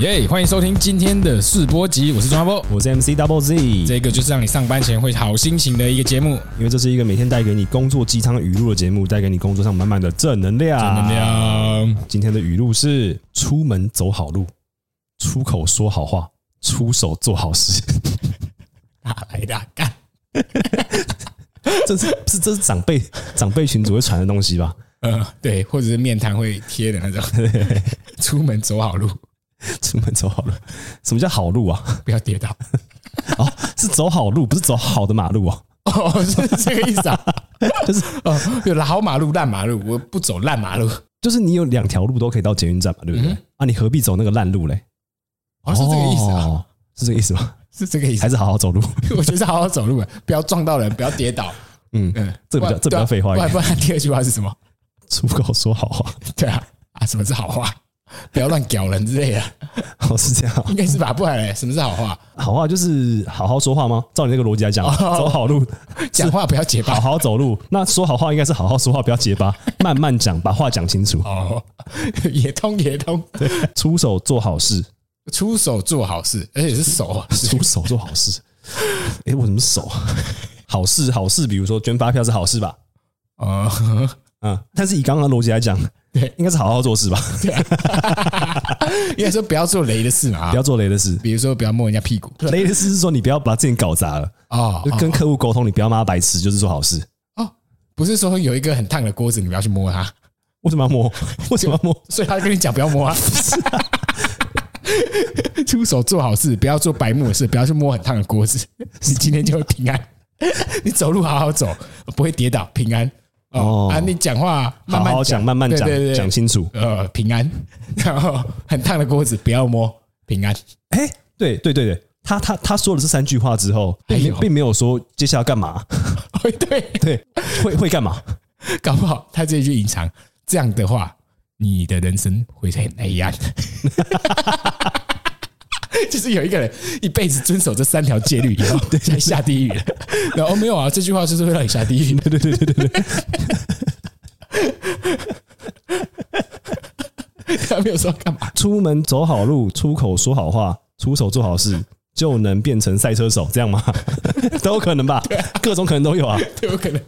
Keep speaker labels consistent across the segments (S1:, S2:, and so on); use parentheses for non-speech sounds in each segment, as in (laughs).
S1: 耶欢迎收听今天的试播集，我是庄阿波。
S2: 我是 MC Double Z，
S1: 这个就是让你上班前会好心情的一个节目，
S2: 因为这是一个每天带给你工作鸡汤语录的节目，带给你工作上满满的正能量。
S1: 正能。量。
S2: 今天的语录是：出门走好路，出口说好话，出手做好事。
S1: (laughs) 哪来的啊？干，
S2: (laughs) 这是是这是长辈长辈群组会传的东西吧？
S1: 呃，对，或者是面谈会贴的那
S2: (laughs)
S1: 种，出门走好路，
S2: 出门走好路，什么叫好路啊？
S1: 不要跌倒。
S2: 哦，是走好路，不是走好的马路哦。
S1: 哦，是这个意思啊。
S2: 就是
S1: 哦，有好马路、烂马路，我不走烂马路。
S2: 就是你有两条路都可以到捷运站嘛，对不对？
S1: 嗯
S2: 啊，你何必走那个烂路嘞？
S1: 哦，是这个意思啊，
S2: 哦，是这个意思吗？
S1: 是这个意思
S2: 还。是好好走路？
S1: 我觉得是好好走路啊，不要撞到人，不要跌倒。
S2: 嗯，
S1: 嗯，
S2: 这比较这比较废话一
S1: 不然
S2: 点
S1: 不然第二句话是什么？
S2: (laughs) 出口说好话。
S1: 对啊，啊，什么是好话？不要乱屌人之类的，
S2: 哦，是这样啊，
S1: 应该是吧？不然嘞，什么是好话？
S2: 好话就是好好说话吗？照你那个逻辑来讲，走好 (laughs) 路，
S1: 讲话不要结
S2: 好
S1: 巴。
S2: 好走路。那说好话应该是好好说话，不要结 (laughs) 巴，慢慢讲，把话讲清楚。
S1: 哦， (laughs) 也通也通，
S2: 出手做好事，
S1: 出手做好事，而且是手啊，
S2: 出手做好事。 (laughs) 诶，我怎么手啊？好事好事，比如说捐发票是好事吧？
S1: 哦， (laughs)
S2: 嗯，但是以刚刚的逻辑来讲，
S1: 对，
S2: 应该是好好做事吧，
S1: 应该说不要做雷的事嘛，啊
S2: 不要做雷的事。
S1: 比如说不要摸人家屁股。
S2: 雷的事是说你不要把自己搞砸了，
S1: 哦
S2: 就跟客户沟通，你不要骂他白痴，就是做好事。
S1: 哦，不是说有一个很烫的锅子，你不要去摸它， (laughs)
S2: 为什么要 (laughs) 摸？为什么要摸？
S1: 所以他跟你讲不要摸啊。 (laughs) 出手做好事，不要做白目的事，不要去摸很烫的锅子，你今天就会平安。 (laughs) 你走路好好走，不会跌倒，平安。哦
S2: 哦
S1: 啊，你讲话慢
S2: 好
S1: 慢
S2: 好讲，慢慢讲
S1: 对对，对
S2: 讲清楚。
S1: 呃平安， (laughs) 然后很烫的锅子不要摸，平安。 (laughs)
S2: 哎、对对对对，他他他说了这三句话之后，
S1: 哎呦
S2: 并并没有说接下来要干嘛， (laughs)
S1: 哦，对，
S2: 对，会会干嘛？
S1: 搞不好他这一句隐藏，这样的话，你的人生会很黑暗。 (laughs) 就是有一个人一辈子遵守这三条戒律以 (laughs) 后，才下地狱了。然后、哦、没有啊，这句话就是会让你下地狱。对对对对对 (laughs) 对。他没有说干嘛？
S2: 出门走好路，出口说好话，出手做好事，就能变成赛车手，这样吗？ (laughs) 都有可能吧，各种可能都有啊，
S1: 都有可能，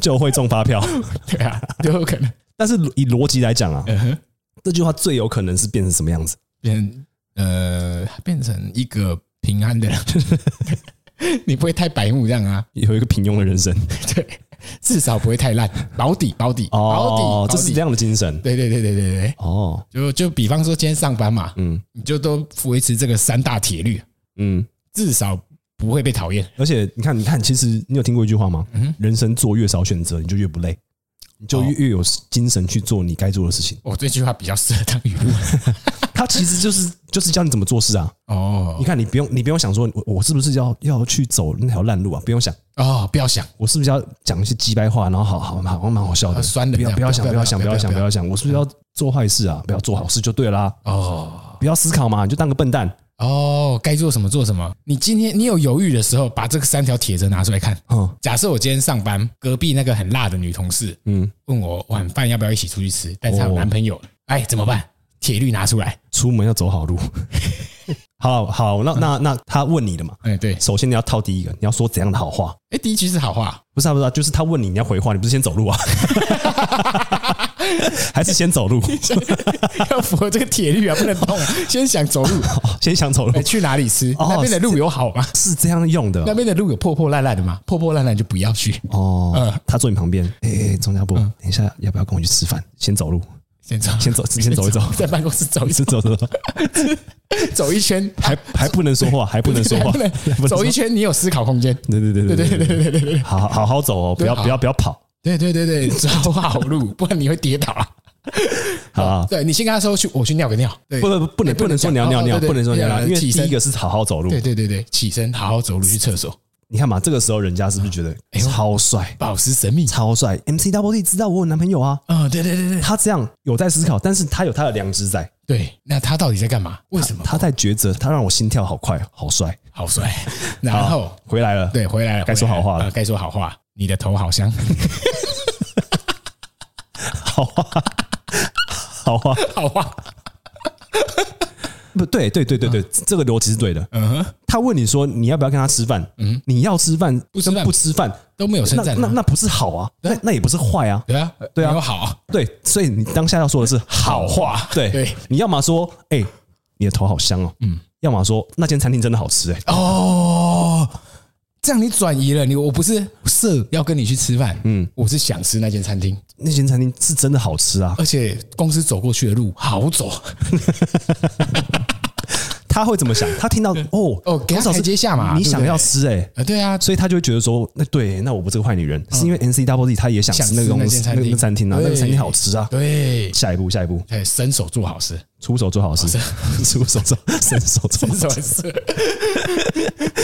S2: 就会中
S1: (laughs)
S2: 发票。
S1: 对啊，都有可能。
S2: 但是以逻辑来讲啊，
S1: 嗯哼，
S2: 这句话最有可能是变成什么样子？
S1: 变呃，变成一个平安的人， (laughs) 你不会太白目这样啊？ (laughs)
S2: 有一个平庸的人生
S1: 对，至少不会太烂，保底保底保
S2: 哦，
S1: 底，
S2: 这是这
S1: 样。
S2: 样的精神
S1: 对对对对对对，
S2: 哦，
S1: 就就比方说今天上班嘛，
S2: 嗯
S1: 你就都维持这个三大铁律，
S2: 嗯。
S1: 至少不会被讨厌。
S2: 而且你看，你看，其实你有听过一句话吗？
S1: 嗯哦
S2: 人生做越少选择，你就越不累，你就越越有精神去做你该做的事情。
S1: 我、这句话比较适合当语
S2: (laughs)
S1: 录。
S2: 它其实就是就是教你怎么做事啊。
S1: 啊哦
S2: 你看，你不用你不用想说，我我是不是要要去走那条烂路啊？不用想，
S1: 哦，不要想，
S2: 我是不是要讲一些鸡掰话，然后好好好像蛮好笑
S1: 啊
S2: 的，
S1: 酸的
S2: 不要
S1: 不
S2: 不
S1: 要
S2: 要想
S1: 不
S2: 不
S1: 要
S2: 要想
S1: 不
S2: 不
S1: 要
S2: 要想
S1: 不
S2: 不
S1: 要嗯
S2: 要想，我是不是要做坏事啊？不要做好事就对啦，
S1: 哦
S2: 不要思考嘛，你就当个笨蛋。
S1: 哦，该做什么做什么。你今天你有犹豫的时候，把这个三条铁则拿出来看。
S2: 嗯
S1: 假设我今天上班，隔壁那个很辣的女同事
S2: 嗯，
S1: 问我晚饭要不要一起出去吃，但是她有
S2: 哦
S1: 男朋友了，哎，怎么办？铁律拿出来。
S2: 出门要
S1: (laughs)
S2: 走好路。好好，那那那他问你的嘛，
S1: 哎，对，
S2: 首先你要套第一个，你要说怎样的好话。
S1: 哎，第一句是好
S2: (laughs)
S1: 话，
S2: 不是啊，不是啊，就是他问你，你要回话，你不是先走路 (laughs) 啊？还是先走路？
S1: 要符合这个铁律啊，不能动啊。先想走
S2: (laughs)
S1: 路，
S2: 哦先想走路
S1: 哎，去哪里吃？
S2: 哦
S1: 那边的路有好吗？
S2: 是这样用的
S1: 那边的路有破破烂烂的吗？破破烂烂就不要去，
S2: 哦。
S1: 嗯
S2: 他坐你旁边，哎、哎，钟家波，等一下要不要跟我去吃饭？先走 (laughs) 路，
S1: 先走，
S2: 先走，先走一走，
S1: 在办公室走一
S2: 是走走走， (laughs)
S1: 走一圈，
S2: 还还不能说话，还不能
S1: (laughs)
S2: 说 (laughs) 话，
S1: 不能
S2: 还不能
S1: 走一
S2: 说
S1: 圈，你有思考空间。
S2: 对对对对对对对对对，好好好走哦，不要
S1: 对
S2: 不要不要跑，
S1: 对对对对，走好路，不然你会跌倒啊。
S2: 好啊。
S1: 对你先跟他说去，我去尿个尿。对
S2: 不不不不能
S1: 不能
S2: 不
S1: 讲
S2: 能说你要尿
S1: 哦
S2: 尿，
S1: 对对
S2: 不能说你要
S1: 对
S2: 尿
S1: 啊
S2: 尿，因为
S1: 起
S2: 第
S1: 身
S2: 一个是好好走路
S1: 对。对对对，起身好好走路去厕所，
S2: 你看嘛，这个时候人家是不是觉得超帅
S1: 保持神秘。
S2: 超帅？MC Double D 知道我有男朋友啊，
S1: 嗯，对对对对
S2: 他这样有在思考，但是他有他的良知在，
S1: 对，那他到底在干嘛？为什么？
S2: 他在抉择，他让我心跳好快，好帅，
S1: 好 (laughs) 帅。然后
S2: 回来了，
S1: 对，回来了，
S2: 该说好话了
S1: 回来呃该说好话。你的头好 (laughs) 香，
S2: 好啊，好啊，
S1: 好话，
S2: 不对，对对对对，这个逻辑是对的。
S1: 嗯哼，
S2: 他问你说你要不要跟他吃饭？嗯，你要吃饭
S1: 不吃饭
S2: 跟不吃饭，
S1: 都没有称
S2: 那
S1: 赞
S2: 那
S1: 啊，
S2: 那不是好啊，那那也不是坏啊。
S1: 对啊，
S2: 对啊
S1: 没有好，
S2: 对，所以你当下要说的是好话，对，
S1: 对
S2: 你要么说，哎，你的头好香哦，嗯，要么说那间餐厅真的好吃，哎，
S1: 哦，这样你转移了，你我不是是要跟你去吃饭，嗯，我是想吃那间餐厅，
S2: 那间餐厅是真的好吃啊。
S1: 而且公司走过去的路好走，
S2: 他会怎么想？他听到哦
S1: 哦给他
S2: 多少是
S1: 台阶下嘛
S2: 你
S1: 对不
S2: 想
S1: 对
S2: 要吃哎、
S1: 啊，对啊，
S2: 所以他就会觉得说，那对，那我不是个坏女人，是因为 N C W D 他也想
S1: 嗯想
S2: 吃那个
S1: 吃那
S2: 东西
S1: 间，餐
S2: 那个
S1: 厅
S2: 餐厅啊，
S1: 对
S2: 那个餐厅好吃啊。
S1: 对，
S2: 下一步，下一步，
S1: 哎，伸手做好事，
S2: 出手做好事，出手做，伸手做
S1: (laughs) 伸，手好事，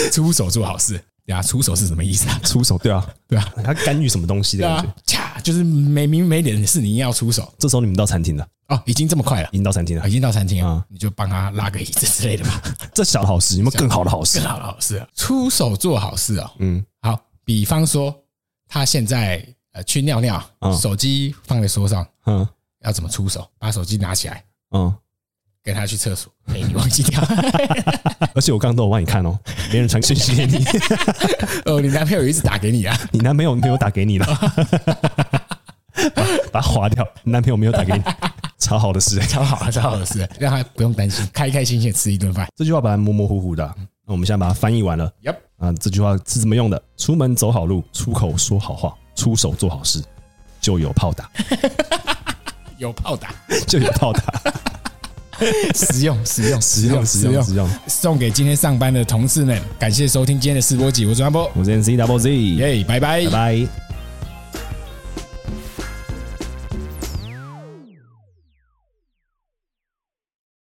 S1: (laughs) 出手做好事，呀，出手是什么意思啊？
S2: 出手对啊，
S1: 对啊，
S2: 他干预什么东西的
S1: 对
S2: 感觉
S1: 啊。，恰就是没名没脸的事，你硬要出手
S2: 这时候你们到餐厅了，
S1: 哦，已经这么快了
S2: 已。经到餐厅
S1: 啊
S2: 了
S1: 已，经到餐厅了
S2: 啊，
S1: 你就帮他拉个椅子之类的 (laughs) 吧，
S2: 这小的好事有没有更好的好事
S1: 更？好的好事啊。出手做好事哦，
S2: 嗯，
S1: 好，比方说他现在呃去尿尿
S2: 嗯，
S1: 手机放在桌上，
S2: 嗯
S1: 要怎么出手？把手机拿起来，
S2: 嗯，
S1: 跟他去厕所。 (laughs) 哎，你忘记掉？
S2: 而且我刚刚都有帮你看哦，没人传信息给你，
S1: (laughs) 哦，你男朋友有一直打给你 (laughs) 啊？
S2: 你男朋友没有打给你了， (laughs) 把它划掉，你男朋友没有打给你，超好的事。
S1: 超好啊，超好的事，让他不用担心，开开心心地吃一顿饭。
S2: 这句话本来模模糊糊的啊、那我们现在把它翻译完了
S1: Yep，
S2: 啊。这句话是怎么用的？出门走好路，出口说好话，出手做好事，就有炮打， (laughs)
S1: 有炮打，
S2: 就有炮打，
S1: 实用，实用，
S2: 实用实用实用。
S1: 送给今天上班的同事们，感谢收听今天的试播集，我是安波，
S2: 我是 N C W Z，
S1: 耶，拜拜
S2: 拜。拜。